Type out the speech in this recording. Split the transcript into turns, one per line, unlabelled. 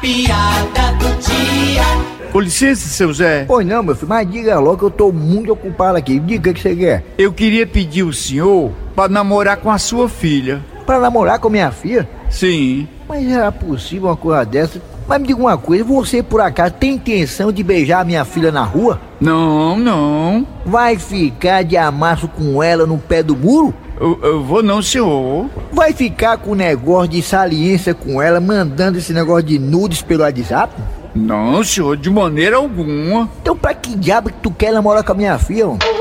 piada do dia.
Com licença, seu Zé.
Pois não, meu filho, mas diga logo que eu tô muito ocupado aqui. Diga o que você quer.
Eu queria pedir o senhor pra namorar com a sua filha.
Pra namorar com minha filha?
Sim.
Mas era possível uma coisa dessa? Mas me diga uma coisa, você por acaso tem intenção de beijar a minha filha na rua?
Não, não.
Vai ficar de amasso com ela no pé do muro?
Eu, eu vou não, senhor.
Vai ficar com negócio de saliência com ela, mandando esse negócio de nudes pelo WhatsApp?
Não, senhor, de maneira alguma.
Então pra que diabo que tu quer namorar com a minha filha? Homem?